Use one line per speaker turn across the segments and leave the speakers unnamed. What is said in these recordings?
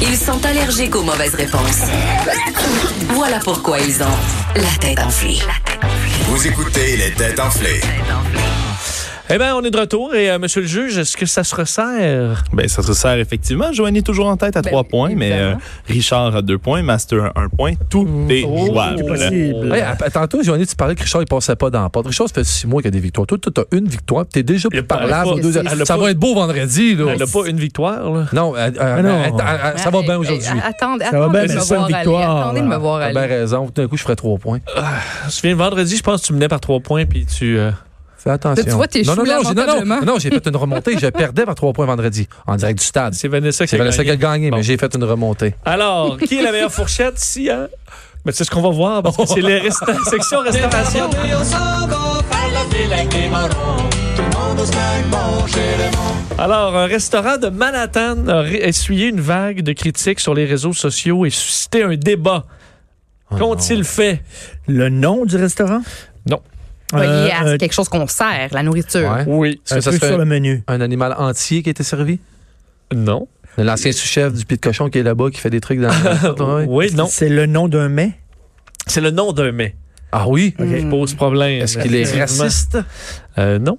Ils sont allergiques aux mauvaises réponses. Voilà pourquoi ils ont la tête enflée.
Vous écoutez les têtes enflées.
Eh bien, on est de retour. Et euh, monsieur le juge, est-ce que ça se resserre?
Ben, ça se sert effectivement. Joanie est toujours en tête à
Ben,
trois points, mais
évidemment. Mmh.
euh, Richard a deux points, Master a un point. Tout est
Oh,
jouable.
Hey, à- à- tantôt, Johnny, tu parlais que Richard, il passait pas dans la porte. Richard, ça fait six mois qu'il y a des victoires. Toi, tu as une victoire, tu es déjà
Il a pas-
parlable.
elle a
aux deux-
pas- elle a
Ça
pas-
va être beau vendredi. Là.
Elle n'a pas une victoire, là.
Non, euh,
Ah
euh,
non.
att- att- att- ça va bien aujourd'hui.
Eh, eh, Attendez,
va
attendez
bien,
de
mais
me
c'est une
voir aller.
victoire,
Attendez de me
là.
voir
T'as bien
aller.
raison. Tout d'un coup, je ferais trois points.
Je me souviens, vendredi, je pense que tu menais par trois points, puis tu... euh,
Fais attention.
Tu vois, t'es
non, non, non,
chou,
j'ai- non, non,
lamentablement.
non, j'ai fait une remontée. Je perdais par trois points vendredi en direct du stade.
C'est Vanessa qui
C'est
a
Vanessa qui
gagné.
a gagné,
Bon.
mais j'ai fait une remontée.
Alors, qui est la meilleure fourchette ici, hein? Mais c'est ce qu'on va voir, parce que c'est les resta- section restauration. Alors, un restaurant de Manhattan a ré- essuyé une vague de critiques sur les réseaux sociaux et suscité un débat.
Oh
Qu'ont-ils fait?
Le nom du restaurant?
Non.
Voyez,
Euh,
c'est
euh,
quelque chose qu'on sert, la nourriture.
Ouais.
Euh, Oui.
Est-ce que ça
un truc
serait
sur le menu.
un animal entier qui a été servi?
Non.
L'ancien sous-chef du pied de cochon qui est là-bas, qui fait des trucs dans le. Ah Ouais.
Oui, non.
C'est le nom d'un mets?
C'est le nom d'un mets
Ah oui?
qui pose problème.
Est-ce qu'il est
Effectivement.
raciste?
Euh, non,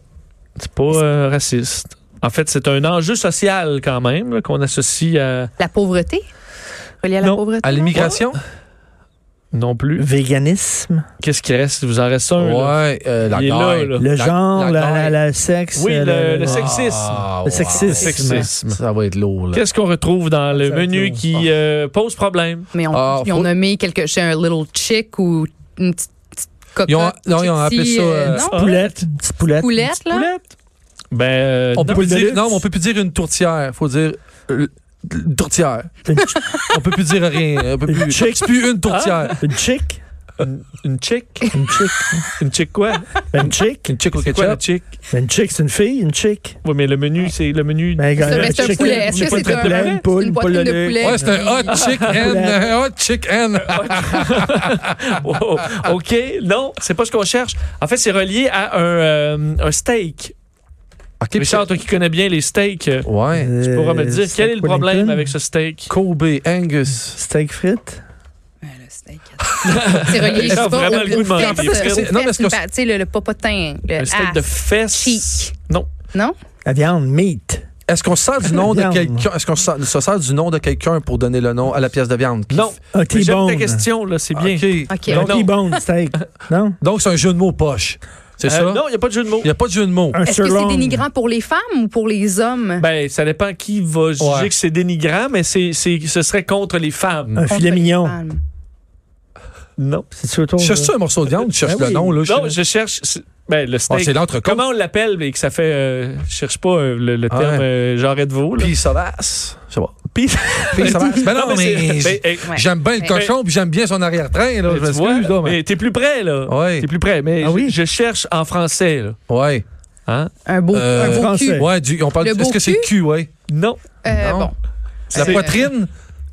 c'est pas euh, raciste. En fait, c'est un enjeu social quand même là, qu'on associe à
La pauvreté? Relié à la
Non,
pauvreté?
À l'immigration?
non plus.
Véganisme?
Qu'est-ce qui reste Il vous en reste un. là.
Ouais, euh, la
Il est là,
taille.
là.
Le
La-
genre,
la
la-
taille.
la- la- le sexe?
Oui,
euh,
le- le sexisme.
Ah,
Le
ouais.
sexisme.
Sexisme.
Ça va être lourd, là.
Qu'est-ce qu'on retrouve dans le
Ça,
menu
ça,
qui euh, pose problème
Mais on,
Ah,
ils ont
faut-
nommé quelque chose, un little chick ou une petite, petite cocotte.
Ils ont- non, ils ont appelé
petit,
ça, euh,
non?
Ah,
Poulette? une Petite poulette?
Poulette, là?
Poulette. Ben, euh,
On
non.
peut plus dire, non, mais on peut plus dire une tourtière. Faut dire euh, une tourtière.
Une,
On peut plus dire rien. On peut
Une
plus.
chick. Ah.
C'est plus une tourtière.
une chick?
une, une chick,
Une chick? Ben,
une chick quoi
Une chick? Ben,
Une chick au
C'est quoi la
ketchup.
chick
Une chick, c'est une fille? Une chick?
Oui, mais le menu, c'est le menu.
Ben,
Ça,
regarde,
mais c'est un
chicken,
poulet. Est-ce
une
que c'est
poitrine
un
de poulet,
une
une poule, une poule
poitrine
de
de
lait.
poulet?
Ouais, c'est un hot chicken. Un hot chicken.
Wow. OK, non, c'est pas ce qu'on cherche. En fait, c'est relié à un, euh, un steak.
Ok,
Richard, toi qui connais bien les steaks, euh,
Ouais.
Euh,
tu pourras me dire quel est le
steak
problème
Wellington?
avec ce steak
Kobe, Angus.
Steak frites?
Ouais, le steak. C'est relié, je sais
Ça a
pas,
vraiment
au-
le goût de manger
au-
des
au- au-
frites.
au- au-
Non, mais est-ce que-
bah, Tu sais, le, le popotin. Le
Un steak
hash.
Ah,
de fesses.
Chic.
Non.
Non?
La viande, meat.
Est-ce qu'on se sert du nom de
Viande.
quelqu'un? Est-ce qu'on se sert- se sert du nom de quelqu'un pour donner le nom à la pièce de viande?
Non.
Ah,
Un
Mais J'aime ta
T-bone.
question, là, c'est bien.
OK.
OK.
Un
Non.
T-bone steak. Non?
Donc, c'est un jeu de mots poche. C'est
Euh,
ça?
non, il n'y a pas de jeu de mots.
Il n'y a pas de jeu de mots.
Un Bah,
Est-ce que c'est
sirloin.
dénigrant pour les femmes ou pour les hommes?
Ben, ça dépend qui va juger
Ouais.
que c'est dénigrant, mais c'est, c'est- ce serait contre les
Euh,
femmes.
Un
Contre
filet
les
mignon.
femmes.
Non.
C'est autour.
Tu cherches
de-
un morceau de viande? Tu cherches
Ben oui.
le nom, là?
Non, je cherche. c'est- Ben, le
Ah,
steak.
c'est l'entrecôte.
Comment on l'appelle et que ça fait. euh, je cherche pas euh, le, le
Ah
terme
ouais.
euh, genre de veau. là.
Pis savasse. Je sais pas.
Pis-
Pis savasse. Ben non,
Non, mais
mais.
c'est- ben, hey,
Ouais.
J'aime bien le
Ouais.
cochon, puis j'aime bien son arrière-train, là.
tu
Je m'excuse, là.
vois,
mais-
mais t'es plus près, là.
Ouais.
T'es plus près. Mais
Ah oui?
je, je cherche en français, là.
Ouais.
Hein?
Un beau,
Euh,
un beau
français.
cul.
Ouais, du, on parle.
Le
Est-ce
beau
que c'est
cul?
le cul, ouais?
Non.
Euh,
Non.
bon.
La
C'est-
poitrine?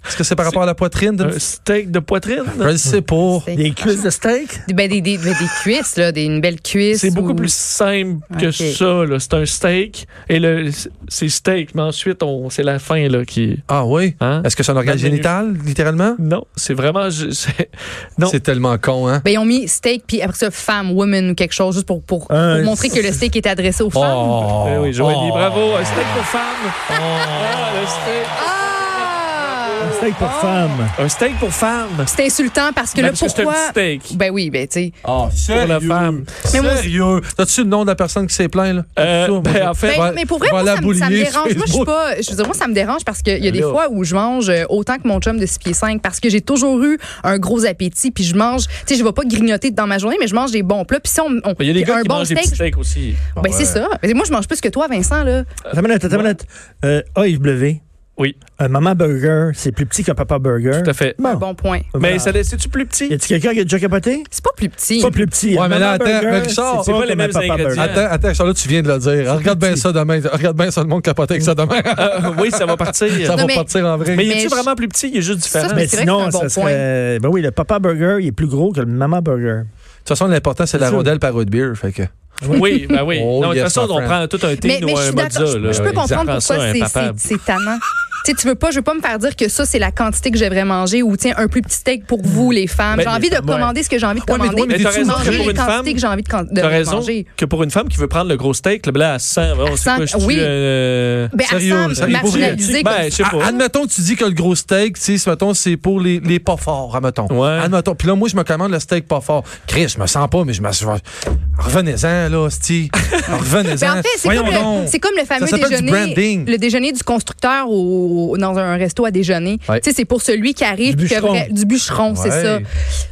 Est-ce que c'est par rapport à la poitrine? d'une-
Un steak de poitrine?
Je le sais pas.
C'est-
Des cuisses de steak?
Ben, des, des, ben, des cuisses, là, des, une belle cuisse.
C'est beaucoup
ou-
plus simple que
Ok.
ça. là. C'est un steak. Et le, c'est steak, mais ensuite, on, c'est la fin là, qui.
Ah oui?
Hein?
Est-ce que c'est un organe
Dans le menu.
génital, littéralement?
Non, c'est vraiment. je- c'est- Non.
C'est tellement con, hein?
Ben, ils ont mis steak, puis après ça, femme, woman ou quelque chose, juste pour, pour, pour
Un-
montrer que le steak est adressé aux femmes.
Eh oui, Joanie, bravo. Un steak pour femme. Ah, le steak.
Ah!
Steak pour femme.
Un steak pour femme.
C'est insultant parce que
Même
là,
si Ben, c'est un
pourquoi.
petit steak.
Ben oui, ben, tu sais.
Oh,
Pour
sérieux?
la femme.
Mais moi-
Sérieux? T'as-tu le nom de la personne qui s'est plaint, là?
Euh,
Ça, moi,
ben,
je-
en fait-
Ben,
Ouais,
mais pour vrai,
va
moi,
la
ça, me- ça me
boulier sur
dérange. Moi, je suis
Facebook.
pas. Je veux dire, moi, ça me dérange parce qu'il y a des
Là.
fois où je mange euh, autant que mon chum de 6 pieds 5 parce que j'ai toujours eu un gros appétit, puis je mange. Tu sais, je vais pas grignoter dans ma journée, mais je mange des bons plats. Puis si on.
Il
on-
Ben, y a des
un
gars qui
bon
mangent des
steak.
petits steaks aussi.
Ben, c'est ça. Mais moi, je mange plus que toi, Vincent, là.
Attends une minute, attends une minute. Euh, AW.
Oui,
Un maman burger, c'est plus petit qu'un papa burger.
tout à fait.
Bon.
Bon point.
Mais ça c'est-tu plus petit?
Y a-t-il quelqu'un qui a déjà capoté?
C'est pas plus petit.
C'est Pas plus petit.
Ouais,
Un
mais là, attends,
maman burger,
mais Richard,
c'est pas les
comme un
mêmes
papa burger.
ingrédients.
Attends, attends, Charlotte, tu viens de le dire. Regarde bien ça demain. Regarde bien ça, le monde capote avec ça demain.
Euh, oui, ça va partir.
ça va
mais-
partir en vrai.
Mais il
Mais
est-tu
je-
vraiment plus petit? Il est juste différent.
Ça,
Mais
C'est vrai que
sinon,
c'est un
ça
bon
serait. Ben oui, le papa burger, il est plus gros que le maman burger.
De toute façon, l'important, c'est la
sûr.
rondelle par root beer. Fait que...
Oui, ben oui.
Oh,
non, de toute
yes,
façon,
my
on
friend.
prend tout un
mais,
thé
mais
ou
je
un
suis d'accord.
mozza.
Je,
là.
je peux
Oui, ça
comprendre
prend ça,
pourquoi c'est- c'est
impapable.
c'est tannant. Tu sais, tu veux pas, je veux pas me faire dire que ça, c'est la quantité que j'ai vraiment mangé ou tiens, un plus petit steak pour vous, les femmes.
Ben,
J'ai envie de
ouais.
commander ce que j'ai envie de
Ouais, mais-
commander.
ouais, mais
t'as
puis
raison
manger
que pour
les
une
quantités
femme,
que j'ai envie de, can- de
T'as raison
manger.
que pour une femme qui veut prendre le gros steak, le blanc à 100, on sait
À 100,
pas, je
oui.
suis, euh,
Ben, à
Sérieux,
ça,
sérieux, pour vrai.
marginaliser comme
Ben, je sais
Ah,
pas.
admettons que tu dis que le gros steak, tu sais, ce mettons, c'est pour les, les pas forts, admettons.
Ouais.
Admettons. Puis là, moi, je me commande le steak pas fort. Chris, je me sens pas, mais je me suis. Revenez-en, là, Sty.
Ben,
Revenez-en.
en fait, c'est
Voyons
comme, le,
donc.
c'est comme le fameux
s'appelle du
déjeuner,
branding.
le déjeuner du constructeur au, au- dans un resto à déjeuner.
Ouais.
Tu sais, c'est pour celui qui arrive
Du
puis que
bûcheron.
vrai- du bûcheron, c'est
Ouais.
ça.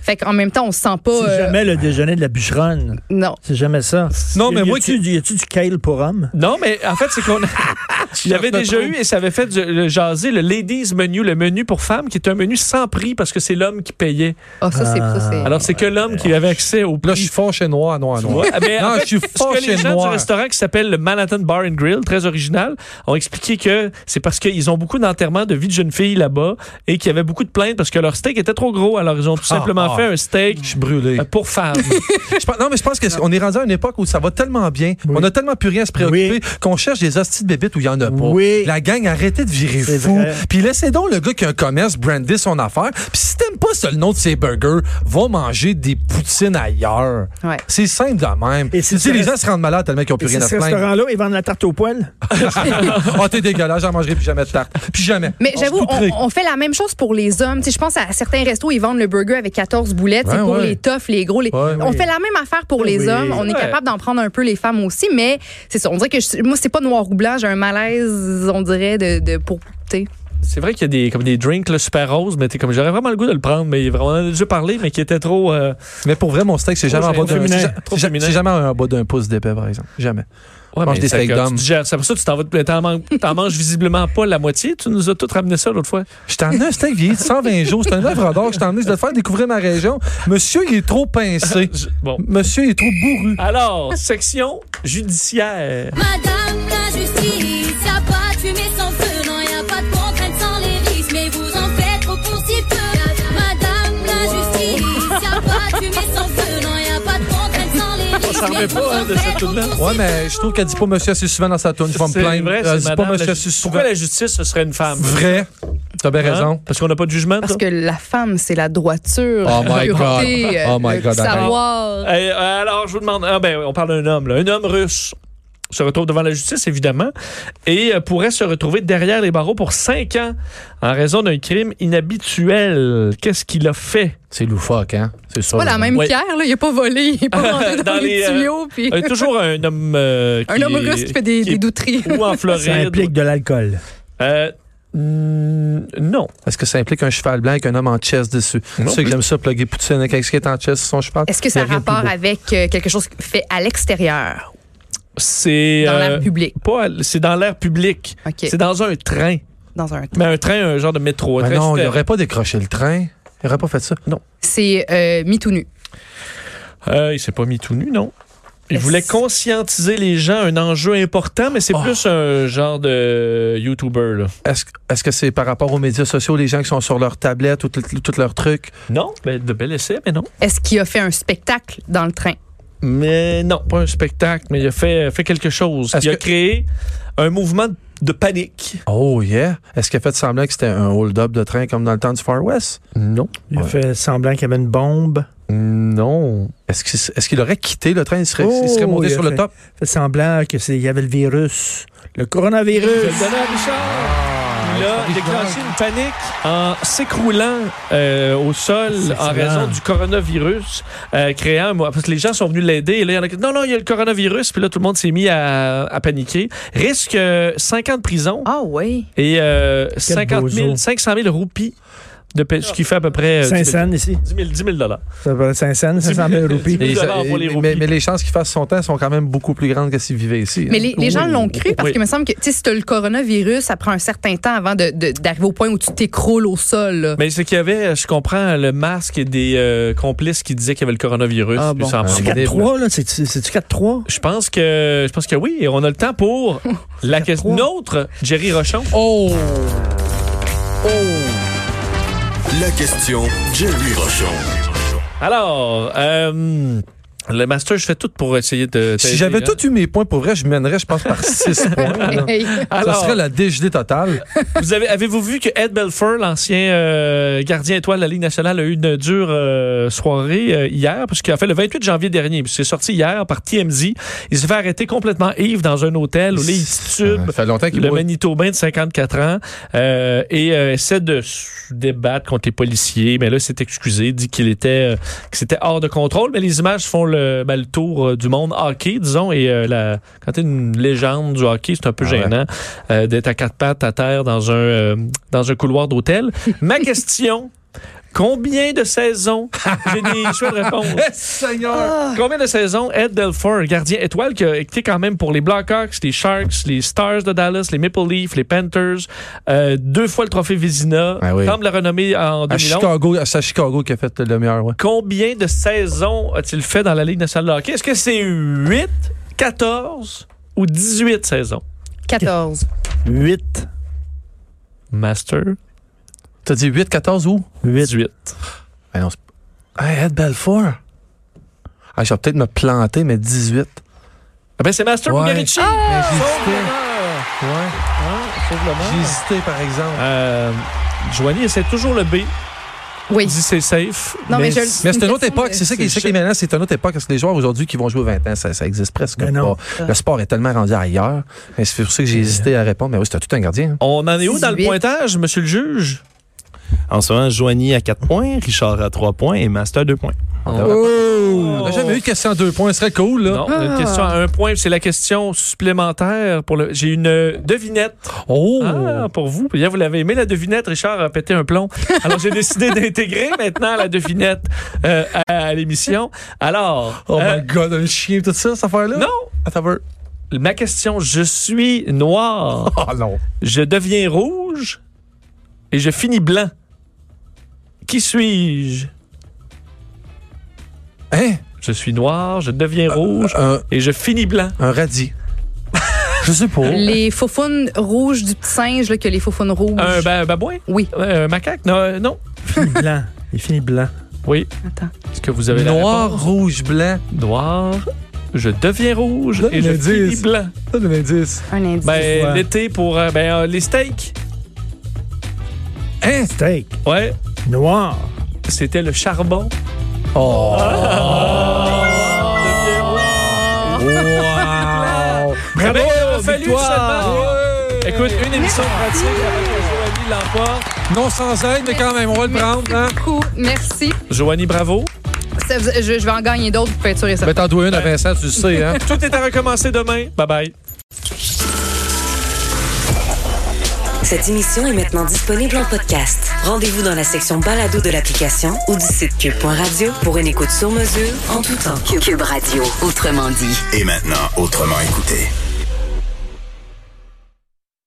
Fait qu'en même temps, on se sent pas.
C'est
euh,
jamais le déjeuner de la bûcheronne.
Non.
C'est jamais ça.
Non, mais
Y a-
moi
Y a-tu du- y a-tu du kale pour homme?
Non, mais en fait, c'est qu'on. Il y avait déjà eu et ça avait fait du- le jaser le ladies menu, le menu pour femmes, qui est un menu sans prix parce que c'est l'homme qui payait.
Ah, ça, c'est. ça, c'est-
Alors, c'est que l'homme qui avait accès au
Là, je suis
prix.
fort chez noir, noir, noir.
Ouais, mais en
non,
fait,
je suis fort
ce que les
chez
gens du
noir.
restaurant qui s'appelle le Manhattan Bar and Grill, très original, ont expliqué que c'est parce qu'ils ont beaucoup d'enterrements de vie de jeunes filles là-bas et qu'il y avait beaucoup de plaintes parce que leur steak était trop gros. Alors, ils ont tout
Ah,
simplement
ah.
fait un steak
Mm.
Je suis brûlé.
euh, pour femmes.
Je pense- non, mais je pense qu'on est rendu à une époque où ça va tellement bien, on a tellement plus rien à se préoccuper qu'on cherche des hosties de bébites où il y en a pas.
Oui.
La gang, arrêtez de virer
C'est
fou.
vrai.
Puis laissez donc le gars qui a un commerce brander son affaire. Puis si t'aimes pas ça, le nom de ses burgers, va manger des poutines ailleurs.
Ouais.
C'est simple de même.
Et
Et
si
si
ce
les
reste-
gens se rendent malades tellement qu'ils ont
Et
plus
c'est
rien à se
ce
plaindre.
restaurant-là, ils vendent la tarte au poil.
oh, t'es dégueulasse, j'en mangerai plus jamais de tarte. Plus jamais.
Mais
On se
j'avoue,
goûterait.
on, on fait la même chose pour les hommes. Tu sais, je pense à certains restos, ils vendent le burger avec 14 boulettes. c'est
Ouais,
pour
ouais.
les toughs, les gros. Les...
Ouais. Ah
on fait la même affaire pour les
Oui.
hommes. On est
Ouais.
capable d'en prendre un peu les femmes aussi, mais c'est ça. On dirait que je- moi, c'est pas noir ou blanc. J'ai un malaise, on dirait, de, de pour. tu sais.
C'est vrai qu'il y a des, comme des drinks là, super roses, mais t'es comme j'aurais vraiment le goût de le prendre, mais vraiment, on en a déjà parlé, mais qui était trop. euh,
Mais pour vrai, mon steak, c'est jamais en bas
Trop
d'un-
féminin.
c'est ja-
Trop
c'est ja-
féminin.
c'est jamais en bas d'un pouce d'épais, par exemple. Jamais.
Ouais,
Mange
mais
des
ça
steaks
que tu
d'hommes.
digères. C'est pour ça que tu t'en vas de T'en manges, t'en manges visiblement pas la moitié. Tu nous as tous ramené ça l'autre fois.
Je t'ai emmené un steak vieilli de 120 jours. C'est un œuvre d'or que je t'ai emmené. Je vais te faire découvrir ma région. Monsieur, il est trop pincé.
Je- Bon.
Monsieur, il est trop bourru.
Alors, section judiciaire.
Madame la justice, y a pas de fumée sans feu, non y a pas de contrainte sans les risques, mais vous en faites trop pour si peu. Madame la justice, y a pas de fumée sans feu, non y a pas de contrainte sans les risques, mais
remet
vous
pas, hein,
en
de cette
faites trop
tune-là.
pour
Ouais,
si
mais je trouve qu'elle dit pas monsieur assez souvent dans sa tourne. Je vais me plaindre.
vrai,
Elle
c'est
dit pas
madame
monsieur
la
assez
justice.
souvent.
Pourquoi la justice, ce serait une femme?
Vrai. T'as bien
Hein?
raison.
Parce qu'on n'a pas de jugement.
Parce
toi?
que la femme, c'est la droiture.
Oh
la
my
pureté,
God.
euh,
Oh my
le
God, arrête.
savoir.
Eh, euh, alors, je vous demande. Ah, ben, on parle d'un homme, là. Un homme russe se retrouve devant la justice, évidemment, et euh, pourrait se retrouver derrière les barreaux pour cinq ans en raison d'un crime inhabituel. Qu'est-ce qu'il a fait?
C'est loufoque, hein? C'est ça.
Pas la même
Ouais.
pierre, là. Il a pas volé. Il a pas rentré dans,
Dans
les,
les, euh,
tuyaux. puis-
Euh, toujours un homme. euh,
un
qui-
homme russe qui fait des, des douteries.
Ou en
Ça
Floride.
implique de l'alcool.
Euh, mm, non.
Est-ce que ça implique un cheval blanc avec un homme en chess dessus? Tu sais que j'aime ça, plugger Poutine avec ce qui est en chess sur son cheval.
Est-ce que ça
Y
a
a rien de plus
rapport
beau.
avec euh, quelque chose fait à l'extérieur,
C'est.
dans
euh,
l'air public?
pas à- c'est dans l'air public.
OK.
C'est dans un train.
Dans un
Mais un train, un genre de métro. un
Ben
train
non, il
super-
aurait pas décroché le train. Il aurait pas fait ça. Non.
C'est euh, mis tout nu.
Euh, il s'est pas mis tout nu, non. Il
Est-ce-
voulait conscientiser les gens un enjeu important, mais c'est
Oh.
plus un genre de euh, YouTuber, là.
Est-ce est-ce que c'est par rapport aux médias sociaux, les gens qui sont sur leur tablette ou tout, tout leur truc?
Non, ben, de bel essai, mais non.
Est-ce qu'il a fait un spectacle dans le train?
Mais non, pas un spectacle, mais il a fait, euh, fait quelque chose.
Est-ce
Il a
que-
créé un mouvement de panique.
Oh yeah. Est-ce qu'il a fait semblant que c'était un hold-up de train comme dans le temps du Far West?
Non.
Il a
Ouais.
fait semblant qu'il y avait une bombe.
Non. Est-ce qu'il est-ce qu'il aurait quitté le train? Il serait, il serait
Oh,
monté
il a
sur le
fait-
top?
Il a fait semblant qu'il y avait le virus.
Je
Le
vais
coronavirus.
le donner à Richard.
Ah,
Il a déclenché une panique en s'écroulant euh, au sol
C'est
en
excellent.
raison du coronavirus, euh, créant un mo- parce que les gens sont venus l'aider et là il y en a qui non non il y a le coronavirus puis là tout le monde s'est mis à, à paniquer risque euh, 5 ans de prison
Ah oui.
et euh, 50
bozo.
000, 500 000 roupies de paie- ce qui fait à peu près euh,
5
10 000
cents ici.
10 000 10 000 dollars.
Ça peut être 5 cents, 500 000 roupies.
Et ça-
ça-
pour les
mais,
roupies.
mais les chances qu'il fasse son temps sont quand même beaucoup plus grandes que s'il vivait ici. hein.
Mais les, les gens l'ont cru parce
Oui.
qu'il me semble que tu sais, si tu le coronavirus, ça prend un certain temps avant de- de- d'arriver au point où tu t'écroules au sol. là.
Mais c'est qu'il y avait, je comprends, le masque et des euh, complices qui disaient qu'il y avait le coronavirus.
Ah
puis
bon.
ça en
C'est
prend-
4-3, là? C'est-tu c'est-tu 4-3?
Je pense que je pense que oui, et on a le temps pour la question nôtre, Jerry Rochon.
Oh!
La question Jerry Rochon.
Alors, euh, le master, je fais tout pour essayer de.
si
t'aider,
j'avais
hein.
tout eu mes points pour vrai, je mènerais, je pense, par 6 points. là.
Hey.
Ça
Alors,
serait la dégelée totale.
vous avez avez-vous vu que Ed Belfour, l'ancien euh, gardien étoile de la Ligue nationale, a eu une dure euh, soirée euh, hier, parce qu'en fait le 28 janvier dernier, puis c'est sorti hier par TMZ, il se fait arrêter complètement ivre dans un hôtel où là, il titube.
Ça fait longtemps qu'il
le
boit.
Manitobain de 54 ans euh, et euh, essaie de s- débattre contre les policiers. Mais là, il s'est excusé, dit qu'il était, euh, que c'était hors de contrôle. Mais les images font le, ben, le tour euh, du monde hockey, disons. Et euh, la, quand t'es une légende du hockey, c'est un peu
Ah ouais.
gênant euh, d'être à quatre pattes à terre dans un, euh, dans un couloir d'hôtel. Ma question. Combien de saisons? J'ai des choix de réponse.
Seigneur!
Combien de saisons Ed Delfour, gardien étoile, qui a été quand même pour les Blackhawks, les Sharks, les Stars de Dallas, les Maple Leafs, les Panthers, euh, deux fois le trophée Vézina,
Ah oui.
comme la renommée en
À
2011.
Chicago, c'est à Chicago qui a fait le meilleur, ouais.
Combien de saisons a-t-il fait dans la Ligue nationale de hockey? Est-ce que c'est 8, 14 ou 18 saisons?
14.
8.
Master,
T'as dit 8, 14 ou?
18.
Ben non, c'est pas- Hey, Ed Belfour! Ah, je vais peut-être me planter, mais 18.
Ah ben c'est Master
Ouais.
Bugarici.
Mais
Sauve
j'hésitais.
l'honneur.
Ouais.
Hein? Sauve l'honneur.
J'ai hésité, par exemple.
Euh, Joanie essaie toujours le B,
Ah! Oui.
dit c'est safe.
Non, mais, je le-
Mais c'est une autre
question
époque,
de-
c'est ça qui est,
c'est
ça qui est maintenant, c'est une autre époque, parce que les joueurs aujourd'hui qui vont jouer 20 ans, ça, ça existe presque
Mais non.
pas. Le sport est tellement rendu ailleurs, mais c'est pour ça que j'ai hésité à répondre, mais oui, c'était tout un gardien. hein.
On en est où dans le
18?
pointage, monsieur le juge?
En ce moment, Joanie à 4 points, Richard à 3 points et Master à 2 points.
On n'a jamais eu de question à deux points, ce serait cool, là.
Non, on a une question à un point. C'est la question supplémentaire. pour le. J'ai une euh, devinette
Oh!
Ah, pour vous. Hier, vous l'avez aimé, la devinette. Richard a pété un plomb. Alors, j'ai décidé d'intégrer maintenant la devinette euh, à, à l'émission. Alors,
Oh
euh,
my god, un chien, tout ça, cette affaire-là?
non,
Attends, un peu.
ma question, je suis noir,
Ah non.
je deviens rouge et je finis blanc. Qui suis-je?
Hein?
Je suis noir, je deviens
Euh,
rouge
Un,
et je finis blanc.
un radis. je sais pas.
Les faufounes rouges du petit singe, là, que les faufounes rouges.
Un ba- babouin?
Oui.
Euh, Un macaque? Non, euh, non.
Il finit blanc. Il finit blanc.
Oui.
Attends.
Est-ce que vous avez la
Noir,
réponse?
rouge, blanc.
Noir. Je deviens rouge
Donne
et je
un
finis
indice.
blanc.
Donne un indice.
Un indice.
Ben,
Ouais.
l'été pour euh, ben, euh, les steaks.
Hein?
Steak.
Ouais.
Noir.
C'était le charbon.
Oh!
Wow! Bravo! Écoute, une émission pratique avec que Joanie l'emporte.
Non sans aide, mais quand même, on va le
Merci
prendre. Hein?
beaucoup. Merci.
Joanie, bravo.
Ça, vous- je, je vais en gagner d'autres, vous pouvez être sûr et certain.
Mais t'en dois une à Vincent, tu le sais. Hein?
Tout est à recommencer demain. Bye bye.
Cette émission est maintenant disponible en podcast. Rendez-vous dans la section balado de l'application ou du site cube.radio pour une écoute sur mesure en tout temps. Cube Radio, autrement dit.
Et maintenant, autrement écouté.